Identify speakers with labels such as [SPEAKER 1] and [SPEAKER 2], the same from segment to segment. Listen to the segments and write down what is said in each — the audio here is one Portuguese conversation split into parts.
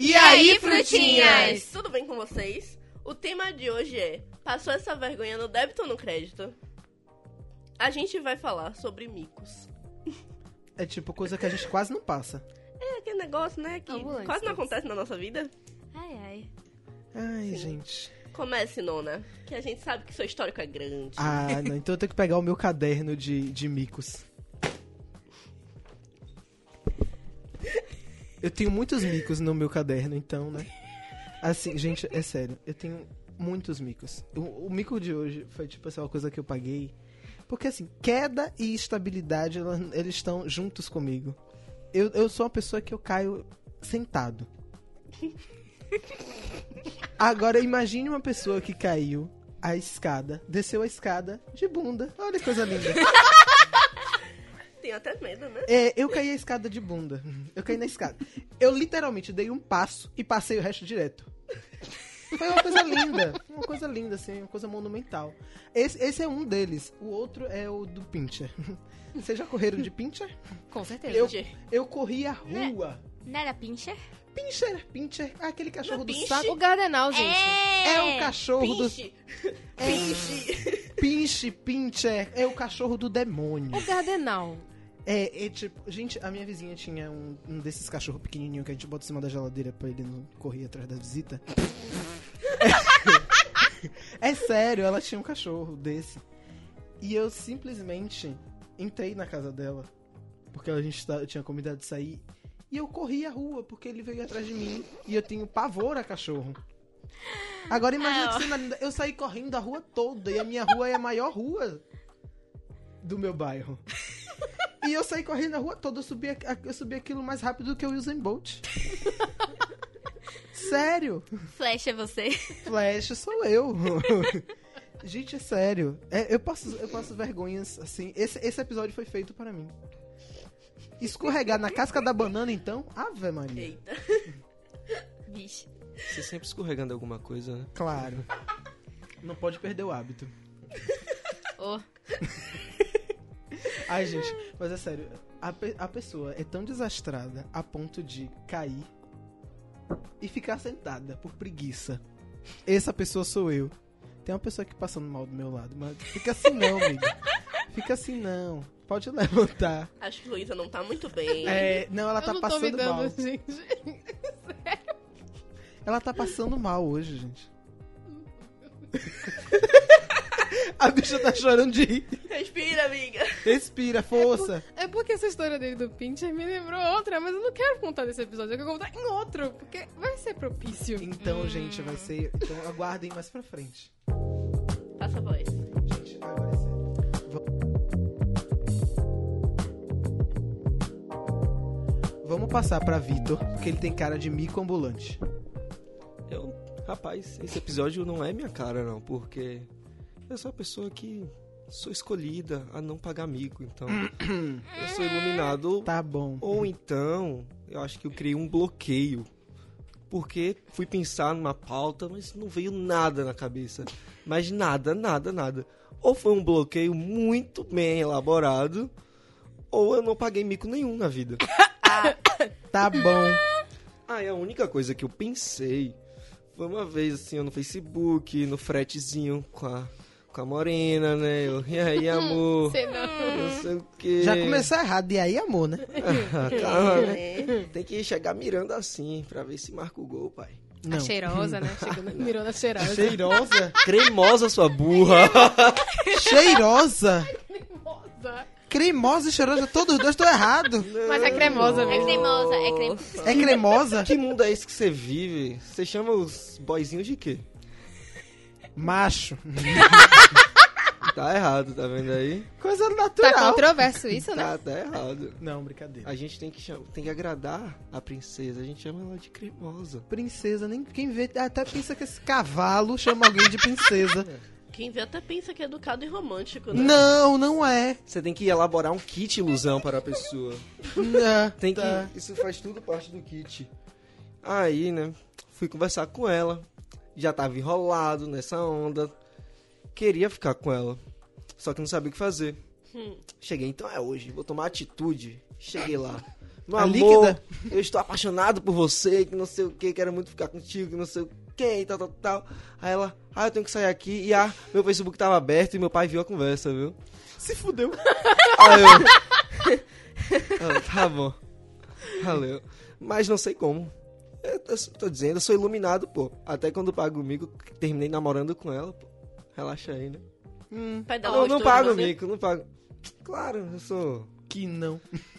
[SPEAKER 1] E aí, frutinhas?
[SPEAKER 2] Tudo bem com vocês? O tema de hoje é: Passou essa vergonha no débito ou no crédito? A gente vai falar sobre micos.
[SPEAKER 3] É tipo coisa que a gente quase não passa.
[SPEAKER 2] É aquele negócio, né, que
[SPEAKER 1] Ambulância.
[SPEAKER 2] quase não acontece na nossa vida.
[SPEAKER 1] Ai, ai.
[SPEAKER 3] Ai, gente.
[SPEAKER 2] Comece, nona, que a gente sabe que seu histórico é grande.
[SPEAKER 3] Ah, não. Então eu tenho que pegar o meu caderno de, de micos. Eu tenho muitos micos no meu caderno, então, né? Assim, gente, é sério. Eu tenho muitos micos. O, o mico de hoje foi, tipo assim, uma coisa que eu paguei. Porque, assim, queda e estabilidade, elas- eles estão juntos comigo. Eu, eu sou uma pessoa que eu caio sentado. Agora, imagine uma pessoa que caiu a escada, desceu a escada de bunda. Olha que coisa linda.
[SPEAKER 2] Tenho até medo, né?
[SPEAKER 3] É, eu caí a escada de bunda. Eu caí na escada. Eu literalmente dei um passo e passei o resto direto. Foi uma coisa linda. Uma coisa linda, assim, uma coisa monumental. Esse, esse é um deles. O outro é o do Pincher. Vocês já correram de Pincher?
[SPEAKER 1] Com certeza.
[SPEAKER 3] Eu, eu corri a rua.
[SPEAKER 1] Né? Não era pincher?
[SPEAKER 3] Pincher, Pincher, Ah, aquele cachorro do
[SPEAKER 2] Pinche?
[SPEAKER 3] saco.
[SPEAKER 4] O Gardenal, gente.
[SPEAKER 3] É o cachorro do.
[SPEAKER 2] Pinche! Pinche!
[SPEAKER 3] Pinche, Pincher. É o cachorro do demônio.
[SPEAKER 4] O Gardenal.
[SPEAKER 3] É, é tipo, gente, a minha vizinha tinha um, um desses cachorros pequenininho que a gente bota em cima da geladeira pra ele não correr atrás da visita. é sério, ela tinha um cachorro desse. E eu simplesmente entrei na casa dela, porque a gente tá- tinha combinado de sair, e eu corri a rua, porque ele veio atrás de mim, e eu tenho pavor a cachorro. Agora imagina que cena linda. Eu saí correndo a rua toda, e a minha rua é a maior rua do meu bairro. E eu saí correndo a rua toda, eu subi, a- eu subi aquilo mais rápido do que o Usain Bolt. sério,
[SPEAKER 1] Flash é você.
[SPEAKER 3] Flash sou eu. Gente, é sério. É, eu, passo, eu passo vergonhas, assim. Esse, esse episódio foi feito para mim. Escorregar na casca da banana, então? Ave Maria.
[SPEAKER 2] Eita!
[SPEAKER 1] Vixe.
[SPEAKER 5] Você sempre escorregando alguma coisa, né?
[SPEAKER 3] Claro. Não pode perder o hábito.
[SPEAKER 1] Oh.
[SPEAKER 3] Ai, gente, mas é sério. A, pe- a pessoa é tão desastrada a ponto de cair e ficar sentada por preguiça. Essa pessoa sou eu. Tem uma pessoa aqui passando mal do meu lado, mas fica assim não, amigo. Fica assim não. Pode levantar.
[SPEAKER 2] Acho que Luísa não tá muito bem.
[SPEAKER 3] É, não, ela
[SPEAKER 4] eu
[SPEAKER 3] tá
[SPEAKER 4] não tô me
[SPEAKER 3] passando
[SPEAKER 4] dando, assim.
[SPEAKER 3] mal.
[SPEAKER 4] gente.
[SPEAKER 3] Ela tá passando mal hoje, gente. A bicha tá chorando de rir.
[SPEAKER 2] Respira, amiga!
[SPEAKER 3] Respira, força.
[SPEAKER 4] É porque essa história dele do Pincher me lembrou outra, mas eu não quero contar nesse episódio. Eu quero contar em outro, porque vai ser propício.
[SPEAKER 3] Então, gente, vai ser. Então, aguardem mais pra frente.
[SPEAKER 2] Passa a voz.
[SPEAKER 3] Gente, agora é sério. Va- Vamos passar pra Vitor, porque ele tem cara de mico ambulante.
[SPEAKER 5] Eu, rapaz, esse episódio não é minha cara, não, porque eu sou uma pessoa que sou escolhida a não pagar mico, então eu sou iluminado. ou-
[SPEAKER 3] Tá bom.
[SPEAKER 5] Ou então, eu acho que eu criei um bloqueio, porque fui pensar numa pauta, mas não veio nada na cabeça. Mas nada, nada, nada. Ou foi um bloqueio muito bem elaborado, ou eu não paguei mico nenhum na vida.
[SPEAKER 3] Tá bom.
[SPEAKER 5] Ah, e a única coisa que eu pensei foi uma vez, assim, eu no Facebook, no fretezinho com a, com a Morena, né? Eu, e aí, amor?
[SPEAKER 4] Sei não.
[SPEAKER 5] Não sei o quê.
[SPEAKER 3] Já começou errado, e aí, amor, né?
[SPEAKER 5] Calma, né? Tem que chegar mirando assim, pra ver se marca o gol, pai.
[SPEAKER 4] A cheirosa, né? Chegando, mirou na cheirosa.
[SPEAKER 3] Cheirosa?
[SPEAKER 5] Cremosa sua burra!
[SPEAKER 3] Cheirosa?
[SPEAKER 4] Cremosa.
[SPEAKER 3] Cremosa e cheirosa, todos os dois estão errados.
[SPEAKER 4] Mas é cremosa
[SPEAKER 1] É
[SPEAKER 4] mesmo.
[SPEAKER 1] cremosa, é cremosa.
[SPEAKER 3] É cremosa?
[SPEAKER 5] que mundo é esse que você vive? Você chama os boizinhos de quê?
[SPEAKER 3] Macho.
[SPEAKER 5] Tá errado, tá vendo aí?
[SPEAKER 3] Coisa
[SPEAKER 4] Tá
[SPEAKER 3] natural.
[SPEAKER 4] controverso isso, né?
[SPEAKER 5] Tá, tá errado.
[SPEAKER 3] Não, brincadeira.
[SPEAKER 5] A gente tem que, cham- tem que agradar a princesa, a gente chama ela de cremosa.
[SPEAKER 3] Princesa, nem quem vê até pensa que esse cavalo chama alguém de princesa.
[SPEAKER 2] Quem vê até pensa que é educado e romântico, né?
[SPEAKER 3] Não, não é.
[SPEAKER 5] Você tem que elaborar um kit ilusão para a pessoa.
[SPEAKER 3] Não,
[SPEAKER 5] Tem que.
[SPEAKER 3] tá.
[SPEAKER 5] Isso faz tudo parte do kit. Aí, né? Fui conversar com ela. Já tava enrolado nessa onda. Queria ficar com ela. Só que não sabia o que fazer. Cheguei, então é hoje. Vou tomar atitude. Cheguei lá. Meu
[SPEAKER 3] A
[SPEAKER 5] amor,
[SPEAKER 3] líquida?
[SPEAKER 5] eu estou apaixonado por você, que não sei o que, quero muito ficar contigo, que não sei o que, tal, tal, tal. Aí ela, ah, eu tenho que sair aqui. E ah, meu Facebook tava aberto e meu pai viu a conversa, viu?
[SPEAKER 3] Se fudeu.
[SPEAKER 5] Aí eu. Ah, tá bom. Valeu. Mas não sei como. Eu tô, tô dizendo, eu sou iluminado, pô. Até quando pago o mico, terminei namorando com ela, pô. Relaxa aí, né?
[SPEAKER 3] Hum,
[SPEAKER 2] Vai dar
[SPEAKER 1] um
[SPEAKER 5] não,
[SPEAKER 2] uma
[SPEAKER 5] não
[SPEAKER 2] costura
[SPEAKER 5] pago o
[SPEAKER 1] né?
[SPEAKER 2] em você?
[SPEAKER 5] mico, não pago. Claro, eu sou.
[SPEAKER 3] que não.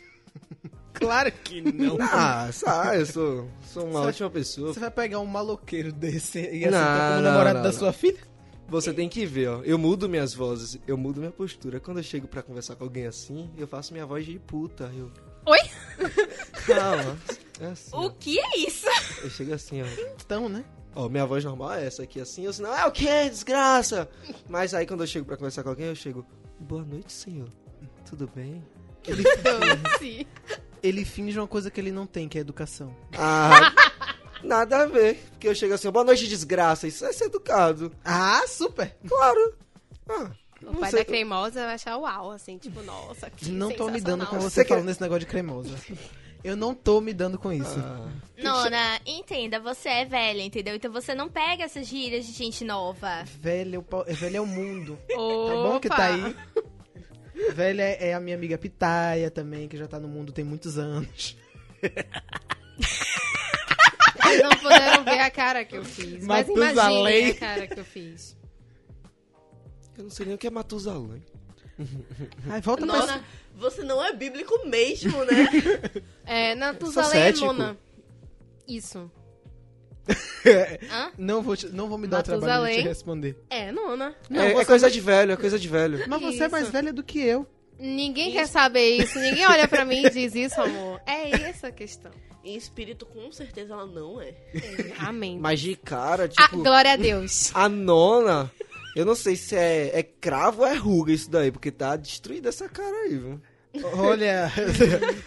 [SPEAKER 3] claro que não.
[SPEAKER 5] Ah, sabe, eu sou, sou uma
[SPEAKER 3] Você-
[SPEAKER 5] ótima pessoa.
[SPEAKER 3] Você vai pegar um maloqueiro desse e
[SPEAKER 5] Não,
[SPEAKER 3] aceitar como
[SPEAKER 5] não,
[SPEAKER 3] namorado
[SPEAKER 5] não,
[SPEAKER 3] da
[SPEAKER 5] não.
[SPEAKER 3] sua filha?
[SPEAKER 5] Você tem que ver, ó. Eu mudo minhas vozes, eu mudo minha postura. Quando eu chego pra conversar com alguém assim, eu faço minha voz de puta. Eu...
[SPEAKER 1] Oi?
[SPEAKER 5] Calma. É assim. ó.
[SPEAKER 1] O que é isso?
[SPEAKER 5] Eu chego assim, ó.
[SPEAKER 3] Então, né?
[SPEAKER 5] Ó, minha voz normal é essa aqui, assim, ou senão é o quê? Desgraça! Mas aí quando eu chego pra conversar com alguém, eu chego, boa noite, senhor. Tudo bem?
[SPEAKER 3] Ele,
[SPEAKER 4] Sim.
[SPEAKER 3] ele finge uma coisa que ele não tem, que é educação.
[SPEAKER 5] Ah, nada a ver. Porque eu chego assim, ó, boa noite, desgraça. Isso é ser educado.
[SPEAKER 3] Ah, super!
[SPEAKER 5] Claro. Ah,
[SPEAKER 4] O
[SPEAKER 5] não
[SPEAKER 4] pai
[SPEAKER 5] sei-
[SPEAKER 4] da cremosa vai achar uau, assim, tipo, nossa, que
[SPEAKER 3] não tô me dando com
[SPEAKER 4] sensacional.
[SPEAKER 3] você
[SPEAKER 5] Você quer-
[SPEAKER 3] falando esse negócio de cremosa. Eu não tô me dando com isso.
[SPEAKER 5] Ah,
[SPEAKER 1] Nona, entenda, você é velha, entendeu? Então você não pega essas gírias de gente nova.
[SPEAKER 3] Velha, é o pau- é velha é o mundo.
[SPEAKER 4] Opa.
[SPEAKER 3] Tá bom que tá aí? Velha é a minha amiga Pitaia também, que já tá no mundo tem muitos anos.
[SPEAKER 4] Vocês não puderam ver a cara que eu fiz. Mas
[SPEAKER 3] Matusalém.
[SPEAKER 4] imaginem a cara que eu fiz.
[SPEAKER 5] eu não sei nem o que é Matusalém.
[SPEAKER 3] Ai, volta pra
[SPEAKER 2] Nossa, você não é bíblico mesmo, né?
[SPEAKER 4] É, Natusalém
[SPEAKER 5] cético.
[SPEAKER 4] Mona. Isso.
[SPEAKER 1] Hã?
[SPEAKER 3] Não vou, te- não vou me dar o trabalho de
[SPEAKER 4] Matusalém.
[SPEAKER 3] te responder.
[SPEAKER 4] É, Nona.
[SPEAKER 3] Não,
[SPEAKER 5] é, é
[SPEAKER 3] você
[SPEAKER 5] coisa de velho, é coisa de velho.
[SPEAKER 3] Mas você é mais
[SPEAKER 4] Isso.
[SPEAKER 3] velha do que eu.
[SPEAKER 4] Ninguém quer saber isso. Ninguém olha pra mim e diz isso, amor. É essa a questão.
[SPEAKER 2] Em espírito, com certeza ela não é.
[SPEAKER 4] Amém.
[SPEAKER 5] Mas de cara,
[SPEAKER 4] Ah,
[SPEAKER 5] tipo,
[SPEAKER 4] glória a Deus.
[SPEAKER 5] a nona, eu não sei se é, é cravo ou é ruga isso daí, porque tá destruída essa cara aí, viu?
[SPEAKER 3] Olha,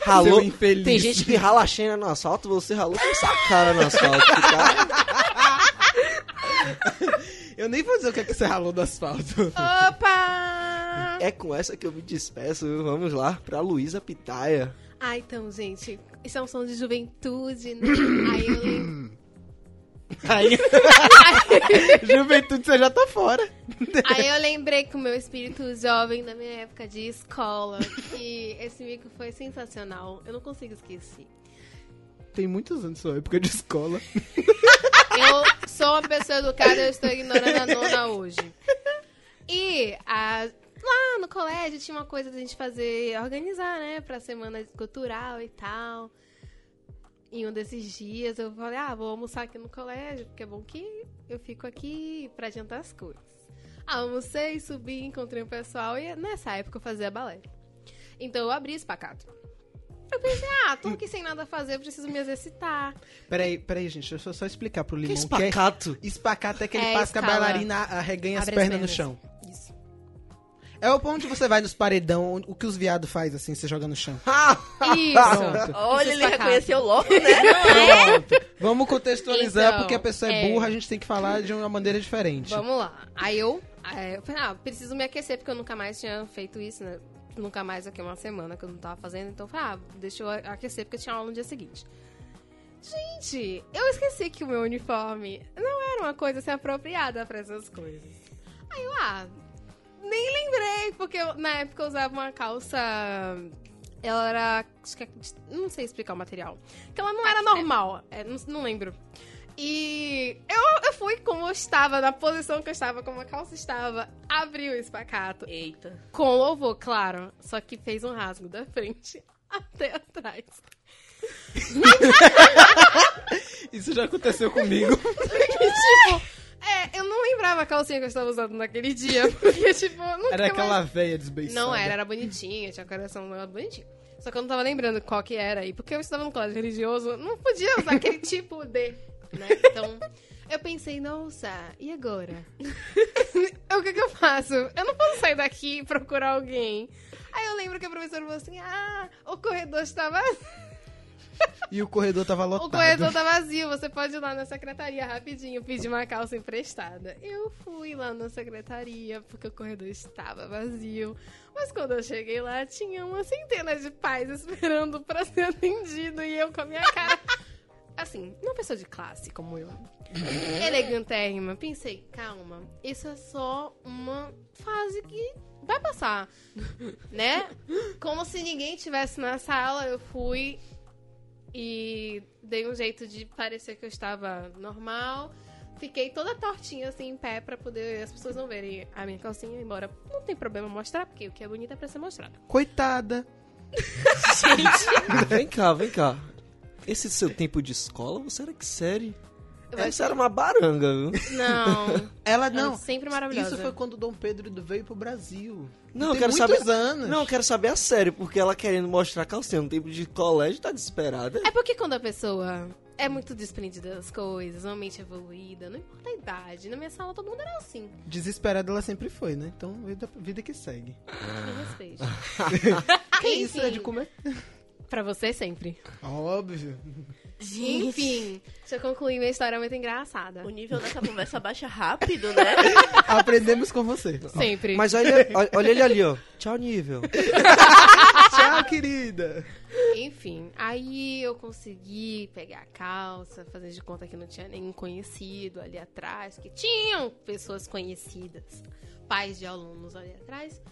[SPEAKER 5] Ralou.
[SPEAKER 3] seu infeliz.
[SPEAKER 5] Tem gente que rala a Xena no asfalto, você ralou com essa cara no asfalto. Cara.
[SPEAKER 3] Eu nem vou dizer o que, é que você ralou do asfalto.
[SPEAKER 4] Opa!
[SPEAKER 5] É com essa que eu me despeço. viu? Vamos lá pra Luísa Pitaia.
[SPEAKER 4] Ah, então, gente. Isso é um som de juventude, né? Aí eu lembro.
[SPEAKER 3] Aí... Juventude, você já tá fora.
[SPEAKER 4] Aí eu lembrei com o meu espírito jovem da minha época de escola que esse mico foi sensacional. Eu não consigo esquecer.
[SPEAKER 3] Tem muitos anos sua época de escola.
[SPEAKER 4] Eu sou uma pessoa educada, eu estou ignorando a nona hoje. E a- lá no colégio tinha uma coisa da gente fazer, organizar, né, pra semana cultural e tal. Em um desses dias eu falei, ah, vou almoçar aqui no colégio, porque é bom que eu fico aqui pra adiantar as coisas. Almocei, subi, encontrei o pessoal e nessa época eu fazia balé. Então eu abri esse pacato. Eu pensei, ah, tô aqui sem nada a fazer, eu preciso me exercitar.
[SPEAKER 3] Peraí, peraí, gente, deixa eu só explicar pro
[SPEAKER 5] Que
[SPEAKER 3] Limão que, é
[SPEAKER 5] espacato.
[SPEAKER 3] espacata é aquele
[SPEAKER 4] É,
[SPEAKER 3] passo que a
[SPEAKER 4] escala.
[SPEAKER 3] bailarina arreganha as
[SPEAKER 4] Abre
[SPEAKER 3] pernas no
[SPEAKER 4] pernas.
[SPEAKER 3] chão.
[SPEAKER 4] Isso.
[SPEAKER 3] É o ponto onde você vai nos paredão, o que os viados faz assim, você joga no chão.
[SPEAKER 4] Isso. é
[SPEAKER 2] Olha, ele
[SPEAKER 4] espacate.
[SPEAKER 2] reconheceu logo, né?
[SPEAKER 3] Vamos contextualizar
[SPEAKER 4] Então,
[SPEAKER 3] porque a pessoa é,
[SPEAKER 4] é.
[SPEAKER 3] burra, a gente tem que falar de uma maneira diferente.
[SPEAKER 4] Vamos lá. Aí eu, aí eu falei, ah, preciso me aquecer, porque eu nunca mais tinha feito isso, né? Nunca mais aqui uma semana que eu não tava fazendo. Então eu falei, ah, deixa eu aquecer, porque eu tinha aula no dia seguinte. Gente, eu esqueci que o meu uniforme não era uma coisa assim apropriada pra essas coisas. Aí eu, ah, nem lembrei, porque eu- na época eu usava uma calça. Ela era. acho que é- Não sei explicar o material. Que ela não era normal. é, não, não lembro. E eu, eu fui como eu estava, na posição que eu estava, como a calça estava, abri o espacato.
[SPEAKER 2] Eita.
[SPEAKER 4] Com louvor, claro. Só que fez um rasgo da frente até atrás.
[SPEAKER 3] Isso já aconteceu comigo.
[SPEAKER 4] tipo, é, eu não lembrava a calcinha que eu estava usando naquele dia. Porque, tipo, eu nunca
[SPEAKER 3] Era
[SPEAKER 4] mais-
[SPEAKER 3] aquela véia desbeiçada.
[SPEAKER 4] Não era, era bonitinha, tinha um coração não era bonitinho. Só que eu não tava lembrando qual que era. E porque eu estava no colégio religioso, não podia usar aquele tipo de. Né? Então, eu pensei, nossa, e agora? o que que eu faço? Eu não posso sair daqui e procurar alguém. Aí eu lembro que a professora falou assim: ah, o corredor estava.
[SPEAKER 3] E o corredor tava lotado.
[SPEAKER 4] O corredor tá vazio, você pode ir lá na secretaria rapidinho pedir uma calça emprestada. Eu fui lá na secretaria porque o corredor estava vazio, mas quando eu cheguei lá tinha uma centena de pais esperando pra ser atendido e eu com a minha cara. Assim, uma pessoa de classe como eu, elegantérrima, pensei, calma, isso é só uma fase que vai passar, né? Como se ninguém tivesse na sala, eu fui e dei um jeito de parecer que eu estava normal. Fiquei toda tortinha assim em pé pra poder as pessoas não verem a minha calcinha, embora não tem problema mostrar, porque o que é bonito é pra ser mostrado.
[SPEAKER 3] Coitada.
[SPEAKER 5] Vem cá, vem cá. Esse seu tempo de escola, você era que série?
[SPEAKER 4] Eu
[SPEAKER 5] Você era uma baranga, viu?
[SPEAKER 4] Não,
[SPEAKER 3] Ela
[SPEAKER 4] não.
[SPEAKER 3] não.
[SPEAKER 4] É sempre maravilhosa.
[SPEAKER 3] Isso foi quando o Dom Pedro veio pro Brasil.
[SPEAKER 5] Não,
[SPEAKER 3] Tem
[SPEAKER 5] eu quero
[SPEAKER 3] muitos
[SPEAKER 5] saber.
[SPEAKER 3] anos.
[SPEAKER 5] Não, eu quero saber a sério, porque ela querendo mostrar calcinha no tempo de colégio tá desesperada.
[SPEAKER 4] É porque quando a pessoa é muito desprendida das coisas, uma mente evoluída, não importa a idade, na minha sala todo mundo era assim.
[SPEAKER 3] Desesperada ela sempre foi, né? Então, vida, vida que segue.
[SPEAKER 4] Me respeite.
[SPEAKER 3] Que isso
[SPEAKER 4] Ah, Enfim.
[SPEAKER 3] é de comer?
[SPEAKER 4] Pra você sempre.
[SPEAKER 3] Óbvio.
[SPEAKER 4] Enfim, deixa eu concluir minha história muito engraçada.
[SPEAKER 2] O nível dessa conversa baixa rápido, né?
[SPEAKER 3] Aprendemos com você.
[SPEAKER 4] Sempre.
[SPEAKER 5] Mas olha, olha- olha ele ali, ó. Tchau, nível.
[SPEAKER 3] Tchau, querida.
[SPEAKER 4] Enfim, aí eu consegui pegar a calça, fazer de conta que não tinha nenhum conhecido ali atrás, que tinham pessoas conhecidas, pais de alunos ali atrás.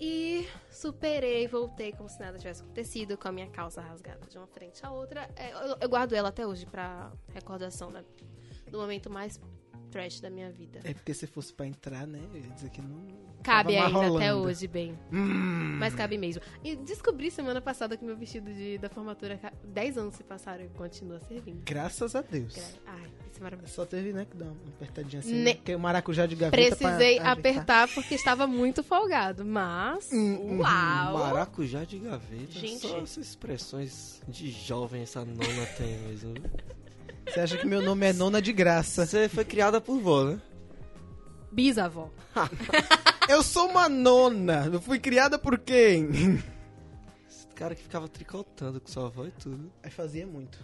[SPEAKER 4] E superei, voltei como se nada tivesse acontecido, com a minha calça rasgada de uma frente à outra. É, Eu, eu guardo ela até hoje pra recordação da- do momento mais trash da minha vida.
[SPEAKER 3] É porque se fosse pra entrar, né? Eu ia dizer que não.
[SPEAKER 4] Cabe
[SPEAKER 3] Tava
[SPEAKER 4] ainda até
[SPEAKER 3] marrolando.
[SPEAKER 4] hoje, bem.
[SPEAKER 5] Hum.
[SPEAKER 4] Mas
[SPEAKER 3] Uhum.
[SPEAKER 4] cabe mesmo. E descobri semana passada que meu vestido de, da formatura, ca- 10 anos se passaram e continua servindo.
[SPEAKER 3] Graças a Deus.
[SPEAKER 4] Gra- Ai, isso é maravilhoso.
[SPEAKER 3] Só teve, né, que dar uma apertadinha assim.
[SPEAKER 4] Ne-
[SPEAKER 3] né? Porque o maracujá de gaveta pra-
[SPEAKER 4] Precisei
[SPEAKER 3] pra ajeitar.
[SPEAKER 4] apertar porque estava muito folgado, mas.
[SPEAKER 3] Hum, hum.
[SPEAKER 4] Uau!
[SPEAKER 5] Maracujá de gaveta.
[SPEAKER 2] Gente.
[SPEAKER 5] Só essas expressões de jovem essa nona tem mesmo.
[SPEAKER 3] Você acha que meu nome é nona de graça?
[SPEAKER 5] Você foi criada por vó, né?
[SPEAKER 4] Bisavó.
[SPEAKER 3] Eu sou uma nona. Eu fui criada por quem?
[SPEAKER 5] Esse cara que ficava tricotando com sua avó e tudo.
[SPEAKER 3] Aí fazia muito.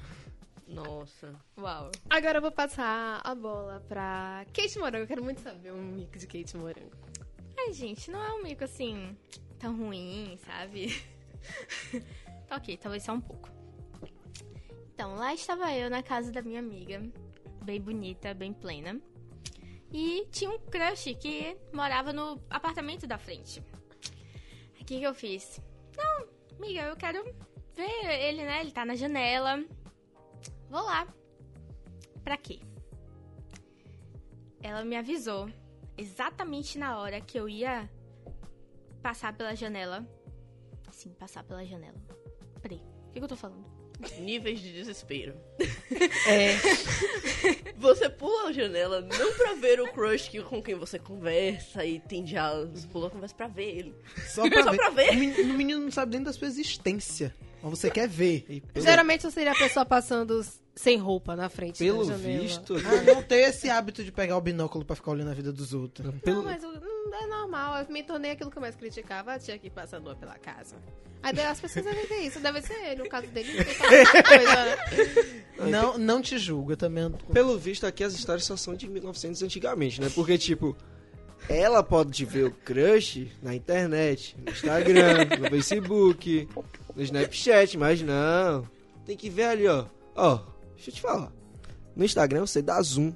[SPEAKER 2] Nossa.
[SPEAKER 1] Uau.
[SPEAKER 4] Agora eu vou passar a bola pra Kate Morango. Eu quero muito saber um mico de Kate Morango.
[SPEAKER 1] Ai, gente, não é um mico assim tão ruim, sabe? tá ok, talvez só um pouco. Então, lá estava eu na casa da minha amiga, bem bonita, bem plena. E tinha um crush que morava no apartamento da frente. O que, que eu fiz? Não, amiga, eu quero ver ele, né? Ele tá na janela. Vou lá. Pra quê? Ela me avisou exatamente na hora que eu ia passar pela janela. Sim, passar pela janela. Peraí, o que, que eu tô falando?
[SPEAKER 2] Níveis de desespero. É. Você pula a janela não pra ver o crush que- com quem você conversa e tem diálogos. Pula a conversa pra ver ele.
[SPEAKER 3] Só pra
[SPEAKER 2] Só
[SPEAKER 3] ver.
[SPEAKER 2] pra ver.
[SPEAKER 3] O men- O menino não sabe nem da sua existência. Mas você quer ver.
[SPEAKER 5] E pelo,
[SPEAKER 4] Geralmente eu seria a pessoa passando sem roupa na frente
[SPEAKER 5] pelo
[SPEAKER 4] da janela.
[SPEAKER 5] visto.
[SPEAKER 3] Ah, não tem esse hábito de pegar o binóculo pra ficar olhando a vida dos outros.
[SPEAKER 5] pelo-
[SPEAKER 4] Não, mas eu- hum, é normal. Eu me tornei aquilo que eu mais criticava. A tia que passa nua pela casa. Aí daí as pessoas devem ver isso. Deve ser ele, no caso dele. ele tá coisa-
[SPEAKER 3] Não, não te julgo, eu também ando com...
[SPEAKER 5] Pelo visto, aqui as histórias só são de 1900 antigamente, né? Porque, tipo, ela pode ver o crush na internet, no Instagram, no Facebook, no Snapchat, mas não. Tem que ver ali, ó. Ó, deixa eu te falar. No Instagram você dá zoom.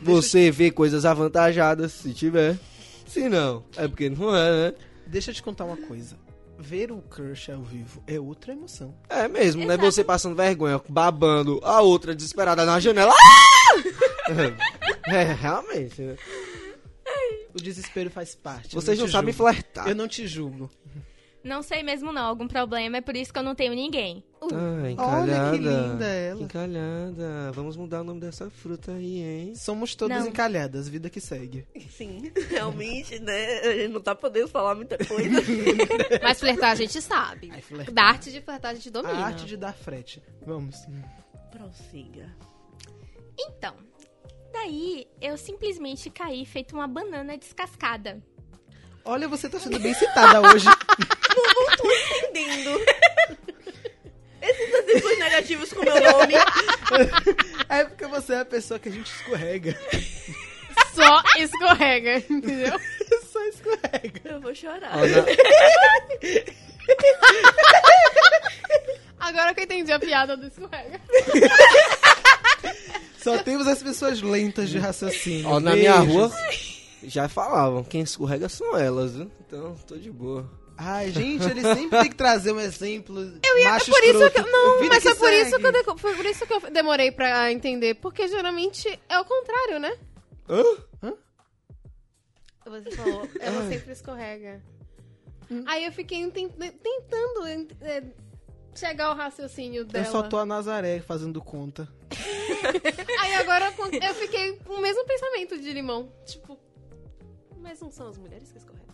[SPEAKER 5] Você vê coisas avantajadas, se tiver. Se não, é porque não é, né?
[SPEAKER 3] Deixa eu te contar uma coisa. Ver o crush ao vivo é outra emoção.
[SPEAKER 5] É mesmo, né?
[SPEAKER 1] Exato.
[SPEAKER 5] Você passando vergonha, babando, a outra desesperada na janela. Ah! é, realmente, né?
[SPEAKER 3] O desespero faz parte. eu
[SPEAKER 5] Vocês não
[SPEAKER 3] te
[SPEAKER 5] sabem
[SPEAKER 3] julgo.
[SPEAKER 5] flertar.
[SPEAKER 3] Eu não te julgo.
[SPEAKER 1] Não sei mesmo não, algum problema, é por isso que eu não tenho ninguém.
[SPEAKER 5] Ah,
[SPEAKER 3] Olha
[SPEAKER 5] encalhada.
[SPEAKER 3] que linda ela.
[SPEAKER 5] Encalhada. Vamos mudar o nome dessa fruta aí, hein?
[SPEAKER 3] Somos todas
[SPEAKER 1] Não.
[SPEAKER 3] encalhadas, vida que segue.
[SPEAKER 2] Sim, realmente, né? A gente não tá podendo falar muita coisa.
[SPEAKER 4] Mas flertar a gente sabe.
[SPEAKER 3] Ai, flertar.
[SPEAKER 4] Da arte de flertar a gente
[SPEAKER 3] A
[SPEAKER 4] domina.
[SPEAKER 3] arte de dar frete. Vamos.
[SPEAKER 2] Prossiga.
[SPEAKER 1] Então, daí eu simplesmente caí feito uma banana descascada.
[SPEAKER 3] Olha, você tá sendo bem citada hoje.
[SPEAKER 2] Entendo. Esses exemplos negativos com meu nome.
[SPEAKER 3] É porque você é a pessoa que a gente escorrega.
[SPEAKER 4] Só escorrega, entendeu?
[SPEAKER 3] Só escorrega.
[SPEAKER 2] Eu vou chorar.
[SPEAKER 5] Ana,
[SPEAKER 4] Agora que eu entendi a piada do escorrega.
[SPEAKER 3] Só temos as pessoas lentas de raciocínio.
[SPEAKER 5] ó, na minha
[SPEAKER 3] Beijos.
[SPEAKER 5] rua já falavam, quem escorrega são elas, viu? Então, tô de boa.
[SPEAKER 3] Ai, gente, ele sempre tem que trazer um exemplo. Eu
[SPEAKER 4] É por isso que eu, não,
[SPEAKER 3] Vida
[SPEAKER 4] mas
[SPEAKER 3] que
[SPEAKER 4] é por isso
[SPEAKER 3] segue.
[SPEAKER 4] que eu, deco- foi por isso que eu demorei pra entender, porque geralmente é o contrário, né?
[SPEAKER 5] Hã?
[SPEAKER 4] Você falou, ela sempre escorrega. Aí eu fiquei enten- tentando ent- é, chegar ao raciocínio
[SPEAKER 3] Eu
[SPEAKER 4] dela.
[SPEAKER 3] só tô a Nazaré fazendo conta.
[SPEAKER 4] Aí agora eu con- eu fiquei com o mesmo pensamento de limão. Tipo, mas não são as mulheres que escorregam.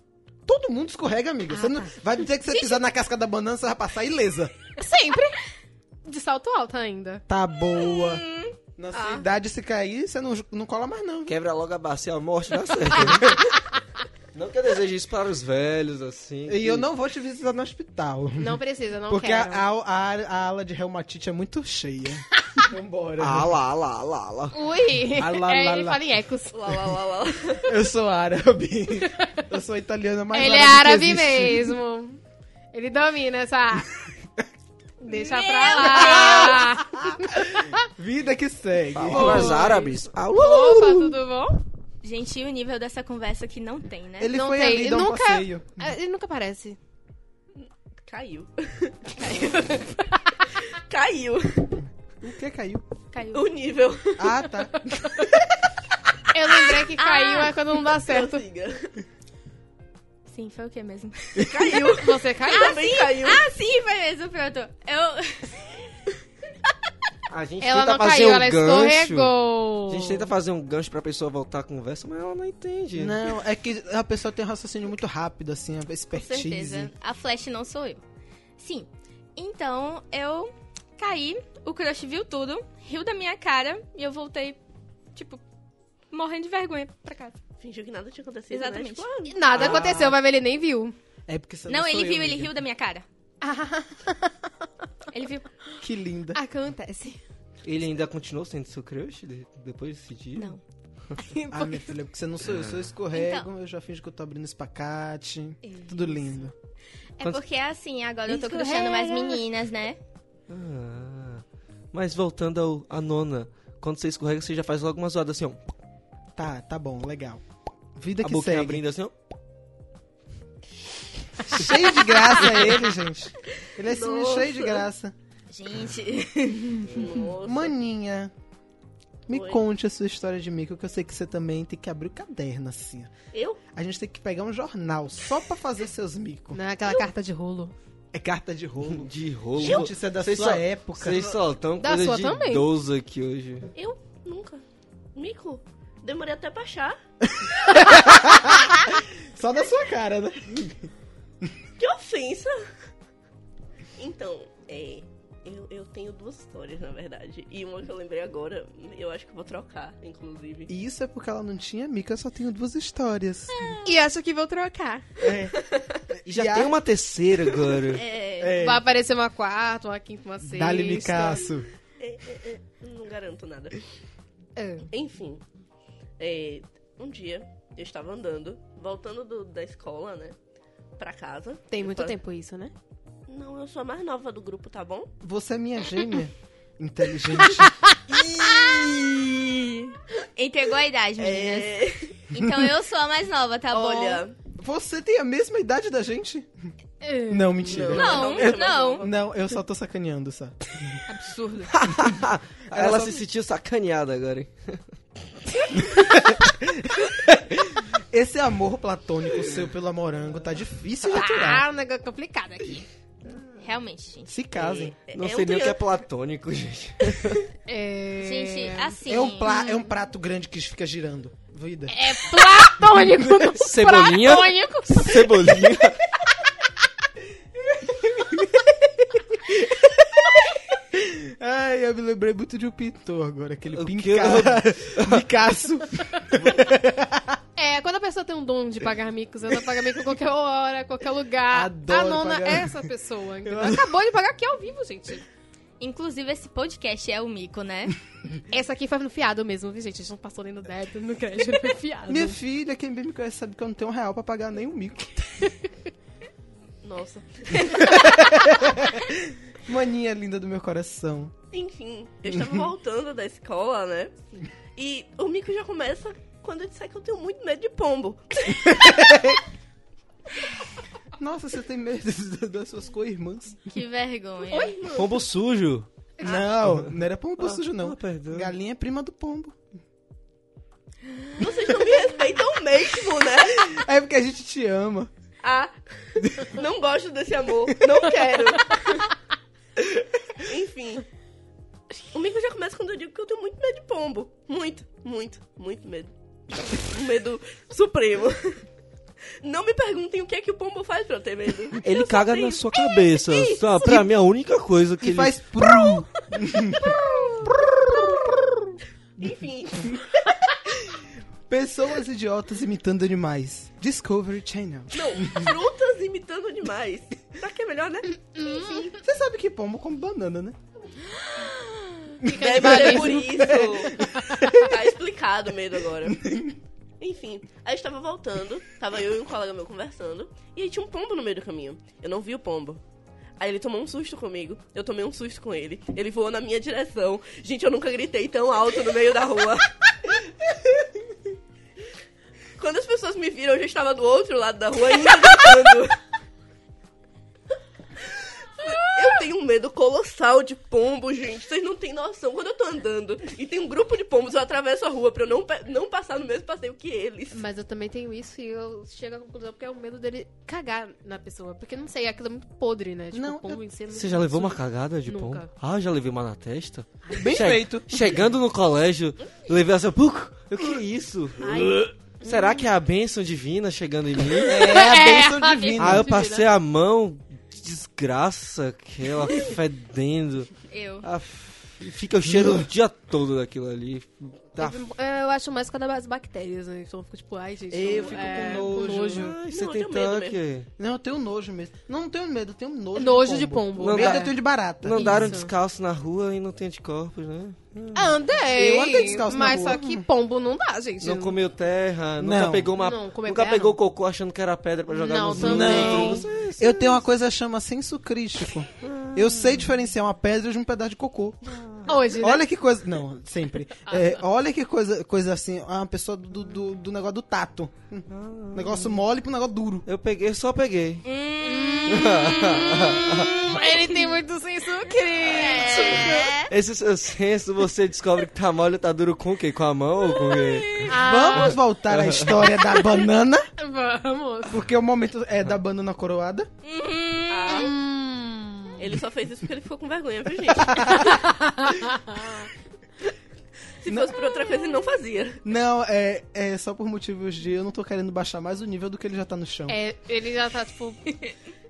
[SPEAKER 3] Todo mundo escorrega, amiga. Você não... Vai me dizer que você pisar na casca da banana, você vai passar ilesa.
[SPEAKER 4] Sempre! De salto alto ainda.
[SPEAKER 3] Tá boa.
[SPEAKER 4] Uhum.
[SPEAKER 3] Na
[SPEAKER 4] Ah.
[SPEAKER 3] sua idade, se cair, você não, não cola mais, não. viu?
[SPEAKER 5] Quebra logo a bacia, a morte dá certo. né? não que eu deseje isso para os velhos, assim.
[SPEAKER 3] E eu não vou te visitar no hospital.
[SPEAKER 4] Não precisa, não
[SPEAKER 3] porque a,
[SPEAKER 4] quero.
[SPEAKER 3] a, a- a ala de reumatite é muito cheia. Vambora.
[SPEAKER 5] Ah, lá, lá, lá, lá.
[SPEAKER 4] Ui!
[SPEAKER 3] Ah, lá,
[SPEAKER 4] É,
[SPEAKER 3] lá,
[SPEAKER 4] ele
[SPEAKER 3] lá.
[SPEAKER 4] fala em ecos.
[SPEAKER 2] Lá, lá, lá, lá.
[SPEAKER 3] Eu sou árabe. Eu sou italiana, mas
[SPEAKER 4] ele é árabe
[SPEAKER 3] que existe.
[SPEAKER 4] mesmo. Ele domina essa. Deixa pra lá.
[SPEAKER 3] Vida que segue.
[SPEAKER 5] Palavras árabes. Alô?
[SPEAKER 4] Opa, tudo bom?
[SPEAKER 1] Gente, e o nível dessa conversa que não tem, né?
[SPEAKER 3] Ele
[SPEAKER 4] Não
[SPEAKER 3] foi
[SPEAKER 4] tem,
[SPEAKER 3] ali dar um
[SPEAKER 4] nunca-
[SPEAKER 3] passeio.
[SPEAKER 4] Ah, Ele nunca aparece.
[SPEAKER 2] Caiu. Caiu.
[SPEAKER 3] O que caiu?
[SPEAKER 1] Caiu.
[SPEAKER 2] O nível.
[SPEAKER 3] Ah, tá.
[SPEAKER 4] Eu lembrei que caiu é quando não dá certo.
[SPEAKER 2] Prossiga.
[SPEAKER 1] Sim, foi o que mesmo?
[SPEAKER 2] Caiu.
[SPEAKER 4] Você caiu.
[SPEAKER 2] Também caiu.
[SPEAKER 1] Ah, sim, foi mesmo, pronto. Eu...
[SPEAKER 5] A gente
[SPEAKER 4] Ela
[SPEAKER 5] tenta
[SPEAKER 4] não
[SPEAKER 5] fazer
[SPEAKER 4] caiu,
[SPEAKER 5] um
[SPEAKER 4] ela
[SPEAKER 5] gancho.
[SPEAKER 4] escorregou.
[SPEAKER 5] A gente tenta fazer um gancho pra pessoa voltar à conversa, mas ela não entende.
[SPEAKER 3] Não, é que a pessoa tem um raciocínio muito rápido, assim, a
[SPEAKER 1] Com
[SPEAKER 3] expertise.
[SPEAKER 1] certeza. A Flash não sou eu. Sim. Então, eu caí, o crush viu tudo, riu da minha cara e eu voltei, tipo, morrendo de vergonha pra casa.
[SPEAKER 2] Fingiu que nada tinha acontecido, né?
[SPEAKER 1] Ah. Exatamente.
[SPEAKER 2] Tipo, ah,
[SPEAKER 4] E Nada
[SPEAKER 3] Ah.
[SPEAKER 4] aconteceu, vai ver, ele nem viu.
[SPEAKER 3] É porque você
[SPEAKER 1] Não,
[SPEAKER 3] sou
[SPEAKER 1] ele
[SPEAKER 3] eu,
[SPEAKER 1] viu, ele
[SPEAKER 3] amiga.
[SPEAKER 1] riu da minha cara.
[SPEAKER 4] Ah,
[SPEAKER 1] Ele viu.
[SPEAKER 3] Que linda.
[SPEAKER 4] Acontece.
[SPEAKER 5] Ele ainda continuou sendo seu crush de- depois desse dia?
[SPEAKER 1] Não.
[SPEAKER 3] Ah, minha filha, porque você não sou eu,
[SPEAKER 5] É.
[SPEAKER 3] sou eu escorrego,
[SPEAKER 4] Então.
[SPEAKER 3] eu já finjo que eu tô abrindo espacate. Tudo lindo.
[SPEAKER 1] É
[SPEAKER 5] Quantos-
[SPEAKER 1] porque assim, agora eu tô
[SPEAKER 4] Escorrega.
[SPEAKER 3] é.
[SPEAKER 1] crushando mais meninas, né?
[SPEAKER 5] Ah, mas voltando ao, à nona, quando você escorrega, você já faz logo uma zoada assim, ó.
[SPEAKER 3] Tá, tá bom, legal. Vida
[SPEAKER 5] a
[SPEAKER 3] que
[SPEAKER 5] boquinha
[SPEAKER 3] segue.
[SPEAKER 5] abrindo assim, ó.
[SPEAKER 3] Cheio de graça é ele, gente. Ele é assim,
[SPEAKER 2] Nossa.
[SPEAKER 3] cheio de graça.
[SPEAKER 1] Gente.
[SPEAKER 2] Nossa.
[SPEAKER 3] Maninha, me
[SPEAKER 2] Oi.
[SPEAKER 3] conte a sua história de mico, que eu sei que você também tem que abrir o caderno, assim.
[SPEAKER 2] Eu?
[SPEAKER 3] A gente tem que pegar um jornal só pra fazer seus micos.
[SPEAKER 4] Não é aquela carta de rolo.
[SPEAKER 3] É carta de rolo.
[SPEAKER 5] De rolo.
[SPEAKER 3] Gente, isso é da
[SPEAKER 5] Vocês
[SPEAKER 3] sua
[SPEAKER 5] só-
[SPEAKER 3] época.
[SPEAKER 5] Vocês só estão
[SPEAKER 4] Da
[SPEAKER 5] coisa
[SPEAKER 4] sua
[SPEAKER 5] de
[SPEAKER 4] também.
[SPEAKER 5] 12 aqui hoje.
[SPEAKER 2] Eu? Nunca. Mico? Demorei até pra achar.
[SPEAKER 3] Só da sua cara, né?
[SPEAKER 2] Que ofensa! Então, é. Eu, eu tenho duas histórias, na verdade. E uma que eu lembrei agora, eu acho que eu vou trocar, inclusive.
[SPEAKER 3] E isso é porque ela não tinha mico, eu só tenho duas histórias.
[SPEAKER 4] E acho que vou trocar.
[SPEAKER 5] E já
[SPEAKER 3] E a-
[SPEAKER 5] tem uma terceira agora.
[SPEAKER 3] É.
[SPEAKER 4] Vai aparecer uma quarta, uma quinta, uma sexta.
[SPEAKER 3] Dá-lhe micaço.
[SPEAKER 2] Não garanto nada.
[SPEAKER 4] É.
[SPEAKER 2] Enfim, é, um dia eu estava andando, voltando do- da escola, né? Pra casa.
[SPEAKER 4] Tem
[SPEAKER 2] Eu
[SPEAKER 4] muito
[SPEAKER 2] fa-
[SPEAKER 4] tempo isso, né?
[SPEAKER 2] Não, eu sou a mais nova do grupo, tá bom?
[SPEAKER 3] Você é minha gêmea. Inteligente.
[SPEAKER 1] Entregou a idade, meninas. Então eu sou a mais nova, tá
[SPEAKER 2] É, Olha,
[SPEAKER 3] Você tem a mesma idade da gente?
[SPEAKER 4] É.
[SPEAKER 3] Não, mentira.
[SPEAKER 1] Não,
[SPEAKER 2] eu-
[SPEAKER 1] não.
[SPEAKER 3] Não, eu só tô sacaneando, só.
[SPEAKER 4] Absurdo.
[SPEAKER 5] ela se sentiu sacaneada agora, hein?
[SPEAKER 3] Esse amor platônico seu pelo morango tá difícil de aturar.
[SPEAKER 4] Ah, um negócio complicado aqui.
[SPEAKER 1] bom. Realmente, gente.
[SPEAKER 3] Se casem.
[SPEAKER 2] é-
[SPEAKER 5] Não
[SPEAKER 2] é
[SPEAKER 5] sei
[SPEAKER 2] um
[SPEAKER 5] nem o que é
[SPEAKER 2] triângulo.
[SPEAKER 5] platônico, gente.
[SPEAKER 4] É...
[SPEAKER 1] Gente, assim.
[SPEAKER 3] É um, pla- é um prato grande que fica girando. Vida.
[SPEAKER 4] É platônico, não
[SPEAKER 5] Cebolinha.
[SPEAKER 4] platônico.
[SPEAKER 5] Cebolinha.
[SPEAKER 3] Ai, eu me lembrei muito de um pintor agora, aquele
[SPEAKER 5] O
[SPEAKER 3] pinca...
[SPEAKER 5] que
[SPEAKER 3] Picasso.
[SPEAKER 4] É, quando a pessoa tem um dom de pagar micos, ela paga mico a qualquer hora, a qualquer lugar.
[SPEAKER 3] Adoro
[SPEAKER 4] a nona
[SPEAKER 3] pagar-
[SPEAKER 4] é essa pessoa. entendeu?
[SPEAKER 3] adoro.
[SPEAKER 4] Acabou de pagar aqui ao vivo, gente.
[SPEAKER 1] Inclusive, esse podcast é o mico, né?
[SPEAKER 4] Essa aqui foi no fiado mesmo, viu, gente? A gente não passou nem no débito, no crédito, foi fiado.
[SPEAKER 3] Minha filha, quem bem me conhece sabe que eu não tenho um real pra pagar nem um mico.
[SPEAKER 2] Nossa.
[SPEAKER 3] Maninha linda do meu coração.
[SPEAKER 2] Enfim, eu estava voltando da escola, né? E o mico já começa quando eu disser que eu tenho muito medo de pombo.
[SPEAKER 3] Nossa, você tem medo das suas co-irmãs?
[SPEAKER 1] Que vergonha.
[SPEAKER 5] Pombo sujo.
[SPEAKER 4] Ah.
[SPEAKER 3] Não, não era pombo sujo,
[SPEAKER 5] Ah,
[SPEAKER 3] não.
[SPEAKER 5] perdão.
[SPEAKER 3] Galinha é prima do pombo.
[SPEAKER 2] Vocês não me respeitam mesmo, né?
[SPEAKER 3] É porque a gente te ama.
[SPEAKER 2] Ah, não gosto desse amor, não quero. Enfim. O mico já começa quando eu digo que eu tenho muito medo de pombo. Muito, muito, muito medo. Um medo supremo. Não me perguntem o que é que o pombo faz pra eu ter medo. Eu
[SPEAKER 5] Ele
[SPEAKER 2] só
[SPEAKER 5] caga
[SPEAKER 2] tenho-
[SPEAKER 5] na sua cabeça. Só, pra mim, a única coisa que
[SPEAKER 3] E
[SPEAKER 5] ele
[SPEAKER 3] faz. prum.
[SPEAKER 2] Enfim.
[SPEAKER 3] Pessoas idiotas imitando animais. Discovery Channel.
[SPEAKER 2] Não, frutas imitando demais. Tá que é melhor, né?
[SPEAKER 3] Você sabe que pombo come banana, né?
[SPEAKER 2] Deve ser por isso. tá explicado o medo agora. Enfim, aí eu estava voltando, tava eu e um colega meu conversando, e aí tinha um pombo no meio do caminho. Eu não vi o pombo. Aí ele tomou um susto comigo, eu tomei um susto com ele. Ele voou na minha direção. Gente, eu nunca gritei tão alto no meio da rua. Quando as pessoas me viram, eu já estava do outro lado da rua ainda gritando. Eu tenho um medo colossal de pombo, gente. Vocês não têm noção. Quando eu tô andando e tem um grupo de pombos, eu atravesso a rua pra eu não, pe- não passar no mesmo passeio que eles.
[SPEAKER 4] Mas eu também tenho isso e eu chego à conclusão porque é o medo dele cagar na pessoa. Porque não sei, aquilo é muito podre, né? Tipo,
[SPEAKER 3] Não,
[SPEAKER 4] o pombo em si é muito
[SPEAKER 5] Você já levou uma
[SPEAKER 4] sujo.
[SPEAKER 5] cagada de pombo?
[SPEAKER 4] Nunca.
[SPEAKER 5] Ah, já levei uma na testa.
[SPEAKER 3] Bem
[SPEAKER 5] Che-
[SPEAKER 3] feito.
[SPEAKER 5] Chegando no colégio, levei essa. Puc, eu que isso? Será que é a bênção divina chegando em mim?
[SPEAKER 3] É a bênção
[SPEAKER 4] a
[SPEAKER 3] divina.
[SPEAKER 5] Ah, eu
[SPEAKER 4] divina.
[SPEAKER 5] passei a mão, que desgraça, aquela fedendo.
[SPEAKER 1] Eu.
[SPEAKER 5] Ah, f- fica o cheiro o dia todo daquilo ali. Tá.
[SPEAKER 4] É, Eu acho mais quando as bactérias, né? Então eu fico tipo, ai, gente.
[SPEAKER 3] Eu
[SPEAKER 4] não-
[SPEAKER 3] fico
[SPEAKER 4] é,
[SPEAKER 3] com nojo.
[SPEAKER 5] Ai, você
[SPEAKER 2] Não, eu
[SPEAKER 5] tem
[SPEAKER 2] tenho medo
[SPEAKER 5] tanque.
[SPEAKER 3] Não, eu tenho nojo mesmo. Não, não tenho medo, eu tenho nojo.
[SPEAKER 4] Nojo
[SPEAKER 3] de
[SPEAKER 4] de
[SPEAKER 3] pombo.
[SPEAKER 4] pombo.
[SPEAKER 5] Não
[SPEAKER 3] medo
[SPEAKER 5] dá-
[SPEAKER 3] eu tenho de barata.
[SPEAKER 5] Não andaram
[SPEAKER 4] Isso.
[SPEAKER 5] descalço na rua e não tem anticorpos, né?
[SPEAKER 4] Ah, Andei.
[SPEAKER 3] Eu andei descalço na
[SPEAKER 4] Mas
[SPEAKER 3] rua.
[SPEAKER 4] só que pombo não dá, gente.
[SPEAKER 5] Não comeu terra, nunca
[SPEAKER 3] Não.
[SPEAKER 5] pegou uma.
[SPEAKER 4] Não, comer
[SPEAKER 5] nunca
[SPEAKER 4] terra,
[SPEAKER 5] pegou
[SPEAKER 4] não.
[SPEAKER 5] cocô achando que era pedra pra jogar
[SPEAKER 4] Não,
[SPEAKER 5] nos
[SPEAKER 4] também.
[SPEAKER 5] outros.
[SPEAKER 3] Eu tenho uma coisa que chama senso crítico. Eu sei diferenciar uma pedra de um pedaço de cocô.
[SPEAKER 4] Hoje, né?
[SPEAKER 3] Olha que coisa. Não, sempre. É, olha que coisa, coisa assim. Uma pessoa do, do, do negócio do tato. Hum. Negócio mole pro negócio duro.
[SPEAKER 5] Eu peguei, eu só peguei.
[SPEAKER 4] Hum, Ele tem muito senso crítico. É?
[SPEAKER 5] Esse seu senso você descobre que tá mole ou tá duro com o quê? Com a mão ou com o quê?
[SPEAKER 3] Vamos voltar à história da banana.
[SPEAKER 4] É. Vamos.
[SPEAKER 3] Porque o momento é da banana coroada.
[SPEAKER 2] Ah,
[SPEAKER 4] Hum.
[SPEAKER 2] ele só fez isso porque ele ficou com vergonha, viu, gente? Se fosse por outra coisa, ele não fazia.
[SPEAKER 3] Não, é, é só por motivos de eu não tô querendo baixar mais o nível do que ele já tá no chão.
[SPEAKER 4] É, ele já tá, tipo.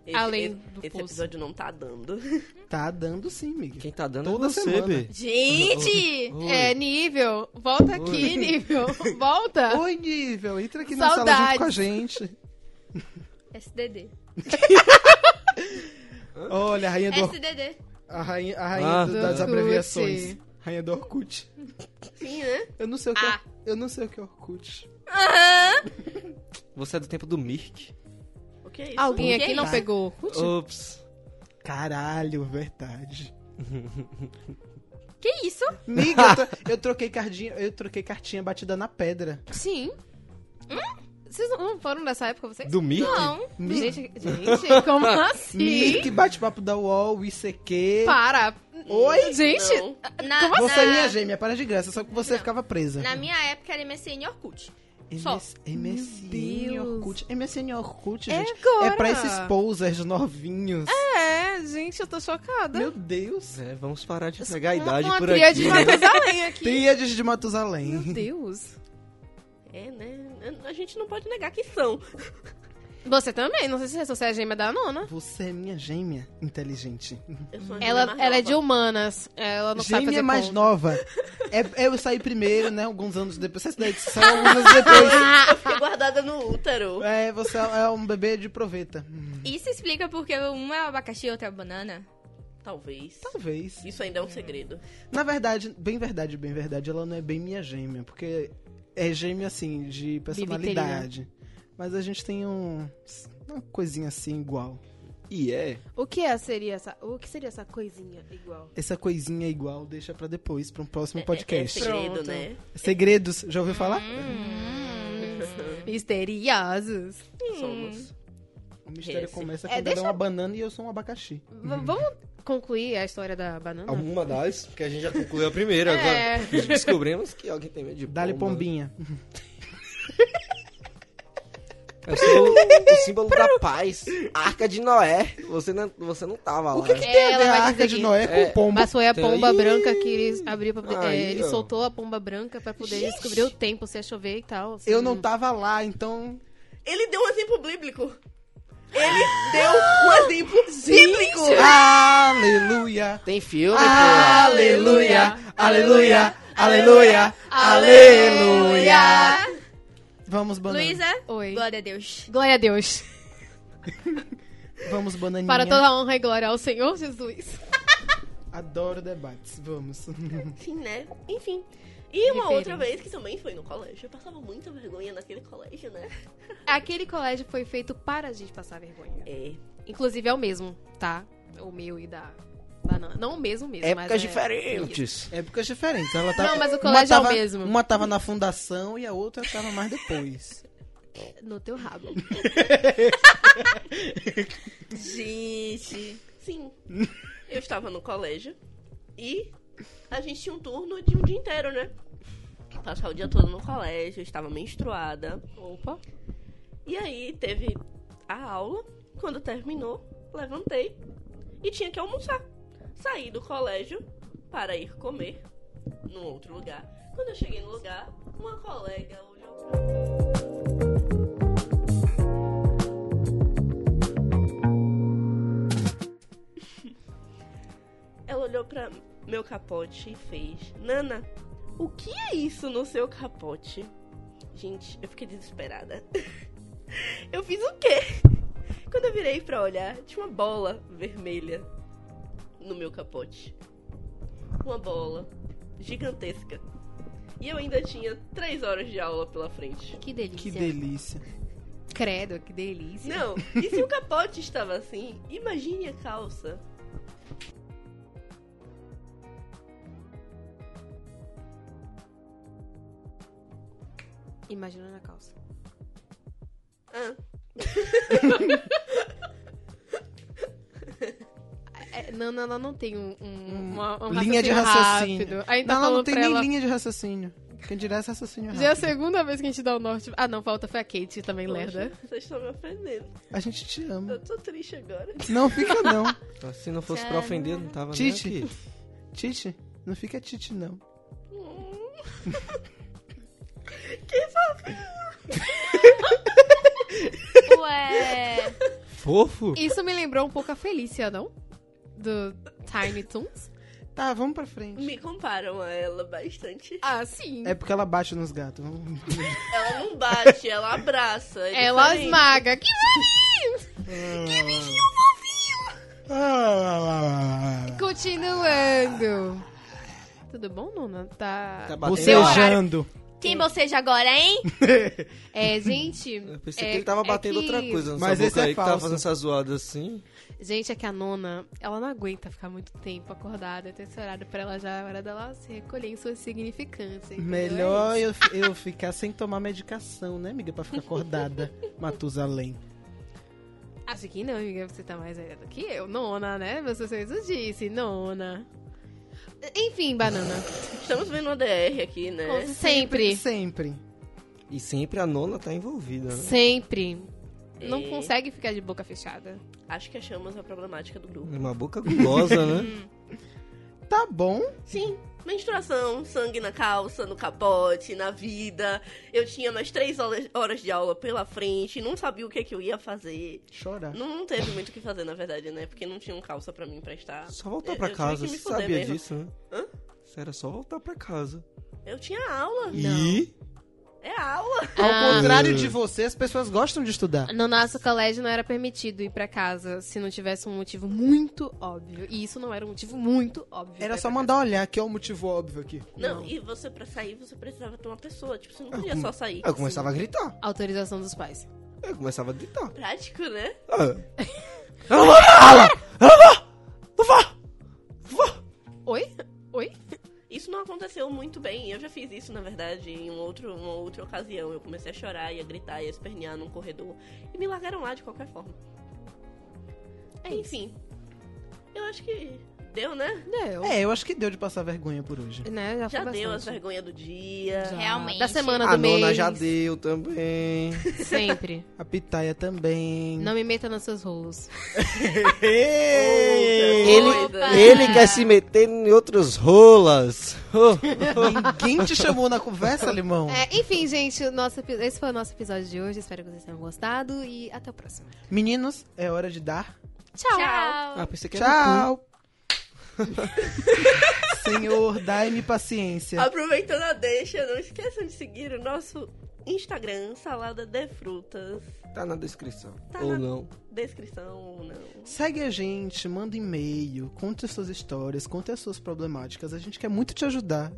[SPEAKER 2] Esse,
[SPEAKER 4] Além
[SPEAKER 2] esse,
[SPEAKER 4] do
[SPEAKER 2] esse
[SPEAKER 4] poço.
[SPEAKER 2] episódio não tá dando.
[SPEAKER 3] Tá dando sim, Miguel.
[SPEAKER 5] Quem tá dando
[SPEAKER 3] Toda
[SPEAKER 5] é você,
[SPEAKER 3] semana.
[SPEAKER 5] Bê.
[SPEAKER 1] Gente!
[SPEAKER 5] Oi.
[SPEAKER 4] É, nível. Volta aqui, nível. Volta.
[SPEAKER 3] Oi, nível, entra aqui na sala junto
[SPEAKER 4] Saudades.
[SPEAKER 3] com a gente.
[SPEAKER 1] SDD.
[SPEAKER 3] Olha, a rainha do Orkut.
[SPEAKER 1] SDD.
[SPEAKER 3] A rainha, a rainha
[SPEAKER 5] Ah,
[SPEAKER 3] do-
[SPEAKER 5] tá.
[SPEAKER 3] das
[SPEAKER 4] Orkut.
[SPEAKER 3] abreviações. Rainha do Orkut.
[SPEAKER 2] Sim, né?
[SPEAKER 3] Eu não sei o que é, eu não sei o que é Orkut.
[SPEAKER 5] Você é do tempo do Mirk.
[SPEAKER 2] O que é isso?
[SPEAKER 4] Alguém
[SPEAKER 1] Que
[SPEAKER 4] aqui não
[SPEAKER 1] isso?
[SPEAKER 4] pegou. Ruth?
[SPEAKER 5] Ops.
[SPEAKER 3] Caralho, verdade.
[SPEAKER 1] Que isso?
[SPEAKER 3] Miga, eu, tro- eu troquei cardinha, eu troquei cartinha batida na pedra.
[SPEAKER 4] Sim. Hum? Vocês não- não foram dessa época, vocês?
[SPEAKER 5] Do Mirk?
[SPEAKER 1] Não.
[SPEAKER 3] Mirk,
[SPEAKER 4] Gente, gente, como assim?
[SPEAKER 3] Mirk bate-papo da UOL, ICQ.
[SPEAKER 4] Para.
[SPEAKER 3] Oi?
[SPEAKER 4] Gente,
[SPEAKER 2] Não.
[SPEAKER 1] Na,
[SPEAKER 3] Você é
[SPEAKER 1] na-
[SPEAKER 4] Ah.
[SPEAKER 3] minha gêmea, para de graça, só que você ficava presa.
[SPEAKER 1] Na minha época era MSN e Orkut. Só.
[SPEAKER 3] MS, MSN
[SPEAKER 4] Meu Deus.
[SPEAKER 3] Orkut. MSN Orkut,
[SPEAKER 4] É
[SPEAKER 3] gente.
[SPEAKER 4] agora.
[SPEAKER 3] É pra esses posers novinhos.
[SPEAKER 4] é, gente, eu tô chocada.
[SPEAKER 3] Meu Deus.
[SPEAKER 5] É, vamos parar de pegar a
[SPEAKER 4] Uma-
[SPEAKER 5] idade
[SPEAKER 4] uma
[SPEAKER 5] por
[SPEAKER 4] tríade
[SPEAKER 5] aqui.
[SPEAKER 4] de Matusalém aqui.
[SPEAKER 3] Tríades de Matusalém.
[SPEAKER 4] Meu Deus.
[SPEAKER 2] É, né? A gente não pode negar que são.
[SPEAKER 4] Você também, não sei se você é a gêmea da nona.
[SPEAKER 3] Você é minha gêmea inteligente.
[SPEAKER 2] Eu sou a menina
[SPEAKER 4] Ela,
[SPEAKER 2] mais
[SPEAKER 4] ela é
[SPEAKER 2] nova.
[SPEAKER 4] de humanas. Ela não sabe
[SPEAKER 3] gêmea
[SPEAKER 4] fazer
[SPEAKER 3] mais
[SPEAKER 4] conta.
[SPEAKER 3] nova. É, eu saí primeiro, né? Alguns anos depois. Você daí saiu alguns anos depois.
[SPEAKER 2] Eu fiquei guardada no útero.
[SPEAKER 3] É, você é um bebê de proveta.
[SPEAKER 1] Isso explica porque uma é abacaxi e outra é banana.
[SPEAKER 2] Talvez.
[SPEAKER 3] Talvez.
[SPEAKER 2] Isso ainda é um segredo.
[SPEAKER 3] Na verdade, bem verdade, bem verdade, ela não é bem minha gêmea, porque é gêmea assim, de personalidade. Mas a gente tem um. Uma coisinha assim igual.
[SPEAKER 5] E é.
[SPEAKER 4] O que, é, seria essa, o que seria essa coisinha igual?
[SPEAKER 3] Essa coisinha igual deixa pra depois, pra um próximo
[SPEAKER 2] É,
[SPEAKER 3] podcast.
[SPEAKER 2] é segredo,
[SPEAKER 4] Pronto.
[SPEAKER 2] né?
[SPEAKER 3] Segredos, já ouviu falar?
[SPEAKER 4] Hum,
[SPEAKER 2] né?
[SPEAKER 4] Misteriosos. Hum.
[SPEAKER 2] Somos.
[SPEAKER 3] O mistério
[SPEAKER 2] Esse.
[SPEAKER 3] começa
[SPEAKER 4] É,
[SPEAKER 3] quando
[SPEAKER 4] deixa- Hum.
[SPEAKER 3] ela é uma banana e eu sou um abacaxi.
[SPEAKER 4] V- Vamos concluir a história da banana?
[SPEAKER 5] Alguma das, porque a gente já concluiu a primeira.
[SPEAKER 4] É.
[SPEAKER 5] Agora descobrimos que alguém tem medo de
[SPEAKER 3] Dá-lhe
[SPEAKER 5] pomba. né?
[SPEAKER 3] pombinha.
[SPEAKER 5] É o símbolo, o símbolo da paz. Arca de Noé. Você não, você não tava lá.
[SPEAKER 3] O que, que tem a
[SPEAKER 5] né?
[SPEAKER 3] ver
[SPEAKER 4] Ela vai
[SPEAKER 3] a arca
[SPEAKER 4] dizer
[SPEAKER 3] de
[SPEAKER 4] que-
[SPEAKER 3] Noé
[SPEAKER 5] É,
[SPEAKER 3] com pomba?
[SPEAKER 4] Mas foi a
[SPEAKER 5] Tem-
[SPEAKER 4] pomba branca que ele abriu pra poder.
[SPEAKER 5] Aí,
[SPEAKER 4] é, ele
[SPEAKER 5] ó.
[SPEAKER 4] soltou a pomba branca pra poder
[SPEAKER 5] Gente.
[SPEAKER 4] descobrir o tempo, se ia chover e tal. assim. se
[SPEAKER 3] Eu não tava lá, então.
[SPEAKER 2] Ele deu um exemplo bíblico. Ele deu um exemplo bíblico.
[SPEAKER 3] Aleluia!
[SPEAKER 5] Tem filme,
[SPEAKER 3] Ah, Aleluia! Aleluia! Aleluia! Aleluia!
[SPEAKER 4] Aleluia!
[SPEAKER 3] Vamos, banana.
[SPEAKER 1] é Luísa,
[SPEAKER 4] Oi.
[SPEAKER 1] glória a Deus.
[SPEAKER 4] Glória a Deus.
[SPEAKER 3] Vamos, bananinha.
[SPEAKER 4] Para toda a honra e glória ao Senhor Jesus.
[SPEAKER 3] Adoro debates. Vamos.
[SPEAKER 2] Enfim, né? Enfim. E uma outra
[SPEAKER 4] Referência.
[SPEAKER 2] vez que também foi no colégio. Eu passava muita vergonha naquele colégio, né?
[SPEAKER 4] Aquele colégio foi feito para a gente passar vergonha.
[SPEAKER 2] É.
[SPEAKER 4] Inclusive é o mesmo, tá? O meu e da banana. Não o mesmo mesmo,
[SPEAKER 5] Épocas
[SPEAKER 4] mas é-
[SPEAKER 5] diferentes.
[SPEAKER 3] Épocas diferentes. Ela tá...
[SPEAKER 4] Não, mas o
[SPEAKER 3] uma
[SPEAKER 4] colégio é o
[SPEAKER 3] tava-
[SPEAKER 4] mesmo.
[SPEAKER 3] Uma tava na fundação e a outra tava mais depois.
[SPEAKER 4] No teu rabo.
[SPEAKER 2] Gente. Sim. Eu estava no colégio e a gente tinha um turno de um dia inteiro, né? Passar o dia todo no colégio, eu estava menstruada.
[SPEAKER 4] Opa.
[SPEAKER 2] E aí teve a aula. Quando terminou, levantei e tinha que almoçar. Saí do colégio para ir comer num outro lugar. Quando eu cheguei no lugar, uma colega olhou pra mim. Ela olhou para meu capote e fez: Nana, o que é isso no seu capote? Gente, eu fiquei desesperada. Eu fiz o quê? Quando eu virei pra olhar, tinha uma bola vermelha no meu capote. Uma bola gigantesca. E eu ainda tinha três horas de aula pela frente.
[SPEAKER 4] Que
[SPEAKER 3] Que
[SPEAKER 4] delícia.
[SPEAKER 3] delícia.
[SPEAKER 4] Credo, que delícia.
[SPEAKER 2] Não, e se o capote estava assim, imagine a calça.
[SPEAKER 4] Imagina na calça.
[SPEAKER 2] Ah,
[SPEAKER 4] É, não, não, ela não tem um, um-
[SPEAKER 3] Hum.
[SPEAKER 4] uma, um
[SPEAKER 3] Linha de raciocínio.
[SPEAKER 4] rápido. Aí tá
[SPEAKER 3] não, ela não
[SPEAKER 4] falando
[SPEAKER 3] tem
[SPEAKER 4] pra
[SPEAKER 3] nem
[SPEAKER 4] ela-
[SPEAKER 3] linha de raciocínio. Quem dirá esse raciocínio
[SPEAKER 4] Já é a
[SPEAKER 3] rápido.
[SPEAKER 4] segunda vez que a gente dá o norte. Ah, não, falta foi a Kate também,
[SPEAKER 2] poxa,
[SPEAKER 4] lerda.
[SPEAKER 2] vocês estão me ofendendo.
[SPEAKER 4] assim.
[SPEAKER 3] A gente te ama.
[SPEAKER 2] Eu tô triste agora.
[SPEAKER 3] Não fica não.
[SPEAKER 5] Tá, Se não fosse pra ofender, não tava nem
[SPEAKER 3] Tite.
[SPEAKER 5] aqui.
[SPEAKER 3] Tite, não fica Tite não.
[SPEAKER 1] Ué.
[SPEAKER 5] Fofo.
[SPEAKER 4] Isso me lembrou um pouco a Felícia, não? Do Tiny Toons.
[SPEAKER 3] Tá, vamos pra frente.
[SPEAKER 2] Me comparam a ela bastante.
[SPEAKER 4] Ah, sim.
[SPEAKER 3] É porque ela bate nos gatos. Vamos-
[SPEAKER 2] Ela não bate, ela abraça. é
[SPEAKER 4] ela
[SPEAKER 2] diferente.
[SPEAKER 4] esmaga. Que maravilha!
[SPEAKER 3] Ah,
[SPEAKER 4] Continuando. Tudo bom, Nuna? Tá.
[SPEAKER 5] Tá batendo.
[SPEAKER 3] Bocejando.
[SPEAKER 1] Quem boceja agora, hein?
[SPEAKER 4] É, gente.
[SPEAKER 5] Eu pensei
[SPEAKER 4] é-
[SPEAKER 5] que ele tava
[SPEAKER 4] é
[SPEAKER 5] batendo
[SPEAKER 4] que-
[SPEAKER 5] outra coisa nessa
[SPEAKER 3] Mas
[SPEAKER 5] boca
[SPEAKER 3] esse é
[SPEAKER 5] aí, que tava
[SPEAKER 3] falso.
[SPEAKER 5] fazendo essa zoada assim.
[SPEAKER 4] Gente, é que a nona, ela não aguenta ficar muito tempo acordada. Tem esse horário pra ela já, é hora dela se recolher em sua significância. entendeu? É
[SPEAKER 3] Melhor eu, eu ficar sem tomar medicação, né, amiga? Pra ficar acordada. Matusalém.
[SPEAKER 4] Acho que não, amiga. Você tá mais velha do que eu. Nona, né? Meu sucesso disse. Nona. Enfim, banana.
[SPEAKER 2] Estamos vendo uma DR aqui, né?
[SPEAKER 4] Como sempre.
[SPEAKER 3] Sempre.
[SPEAKER 5] E sempre a nona tá envolvida, né?
[SPEAKER 4] Sempre. Não
[SPEAKER 2] É.
[SPEAKER 4] consegue ficar de boca fechada.
[SPEAKER 2] Acho que achamos a problemática do grupo.
[SPEAKER 5] É Uma boca gulosa, né?
[SPEAKER 3] Tá bom.
[SPEAKER 2] Sim, menstruação, sangue na calça, no capote, na vida. Eu tinha mais três horas- horas de aula pela frente, não sabia o que, que eu ia fazer.
[SPEAKER 3] Chorar.
[SPEAKER 2] Não, não teve muito o que fazer, na verdade, né? Porque não tinha um calça pra mim emprestar.
[SPEAKER 5] Só voltar
[SPEAKER 2] Eu-
[SPEAKER 5] pra
[SPEAKER 2] eu
[SPEAKER 5] casa,
[SPEAKER 2] tinha que
[SPEAKER 5] você
[SPEAKER 2] me fuder
[SPEAKER 5] sabia
[SPEAKER 2] mesmo.
[SPEAKER 5] disso, né?
[SPEAKER 2] Hã?
[SPEAKER 5] Sério, era só voltar pra casa.
[SPEAKER 2] Eu tinha aula.
[SPEAKER 5] E
[SPEAKER 2] É aula.
[SPEAKER 4] Ah.
[SPEAKER 3] Ao contrário de você, as pessoas gostam de estudar.
[SPEAKER 4] No nosso colégio não era permitido ir pra casa se não tivesse um motivo muito óbvio. E isso não era um motivo muito óbvio.
[SPEAKER 3] Era
[SPEAKER 4] pra
[SPEAKER 3] só
[SPEAKER 4] ir pra
[SPEAKER 3] mandar olhar, que é o motivo óbvio aqui.
[SPEAKER 2] Não, e você pra sair, você precisava ter uma pessoa. Tipo, você não podia só sair.
[SPEAKER 5] Eu começava a gritar.
[SPEAKER 4] casa. Autorização dos pais.
[SPEAKER 5] Eu começava a gritar.
[SPEAKER 2] Prático, né?
[SPEAKER 5] Ah. Eu não vou pra aula! Eu não vou! Não vou!
[SPEAKER 4] Oi? Oi?
[SPEAKER 2] Isso não aconteceu muito bem. Eu já fiz isso, na verdade, em um outro, uma outra ocasião. Eu comecei a chorar e a gritar e a espernear num corredor. E me largaram lá de qualquer forma. É, enfim. Eu acho que deu, né?
[SPEAKER 4] Deu.
[SPEAKER 3] É, eu acho que deu de passar vergonha por hoje.
[SPEAKER 4] Né? Já, foi
[SPEAKER 2] Já deu as
[SPEAKER 4] bastante.
[SPEAKER 2] vergonhas do dia.
[SPEAKER 4] Já.
[SPEAKER 1] Realmente.
[SPEAKER 4] Da semana do
[SPEAKER 5] A
[SPEAKER 4] mês.
[SPEAKER 5] nona já deu também.
[SPEAKER 4] Sempre.
[SPEAKER 3] A pitaia também.
[SPEAKER 4] Não me meta nos seus rolos.
[SPEAKER 3] Ei!
[SPEAKER 5] Ele,
[SPEAKER 2] Opa!
[SPEAKER 5] ele quer se meter em outros rolas. Oh.
[SPEAKER 3] Ninguém te chamou na conversa, Limão.
[SPEAKER 4] É, enfim, gente, o nosso, epi- esse foi o nosso episódio de hoje. Espero que vocês tenham gostado e até o próximo.
[SPEAKER 3] Meninos, é hora de dar.
[SPEAKER 4] Tchau.
[SPEAKER 1] Tchau.
[SPEAKER 5] Ah, pensei que era
[SPEAKER 3] Tchau! Senhor, dai-me paciência.
[SPEAKER 2] Aproveitando a deixa, não esqueçam de seguir o nosso Instagram, Salada de Frutas.
[SPEAKER 5] um- Tá na descrição.
[SPEAKER 2] Tá
[SPEAKER 5] Ou
[SPEAKER 2] na-
[SPEAKER 5] não.
[SPEAKER 2] Descrição ou não.
[SPEAKER 3] Segue a gente, manda e-mail, conta as suas histórias, conta as suas problemáticas. A gente quer muito te ajudar.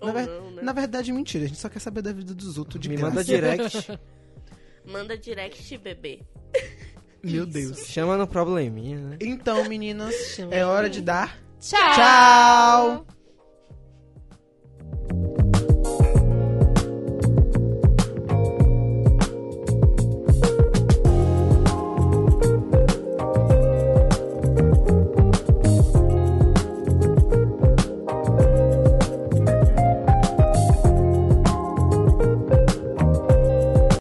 [SPEAKER 3] Na,
[SPEAKER 2] Ou
[SPEAKER 3] ver-
[SPEAKER 2] não, né?
[SPEAKER 3] na verdade, é mentira. A gente só quer saber da vida dos outros de
[SPEAKER 5] Me
[SPEAKER 3] graça.
[SPEAKER 5] manda direct.
[SPEAKER 2] Manda direct, bebê.
[SPEAKER 3] Meu Deus.
[SPEAKER 5] Chama no probleminha, né?
[SPEAKER 3] Então, meninas, é hora de dar.
[SPEAKER 4] Tchau.
[SPEAKER 3] Tchau.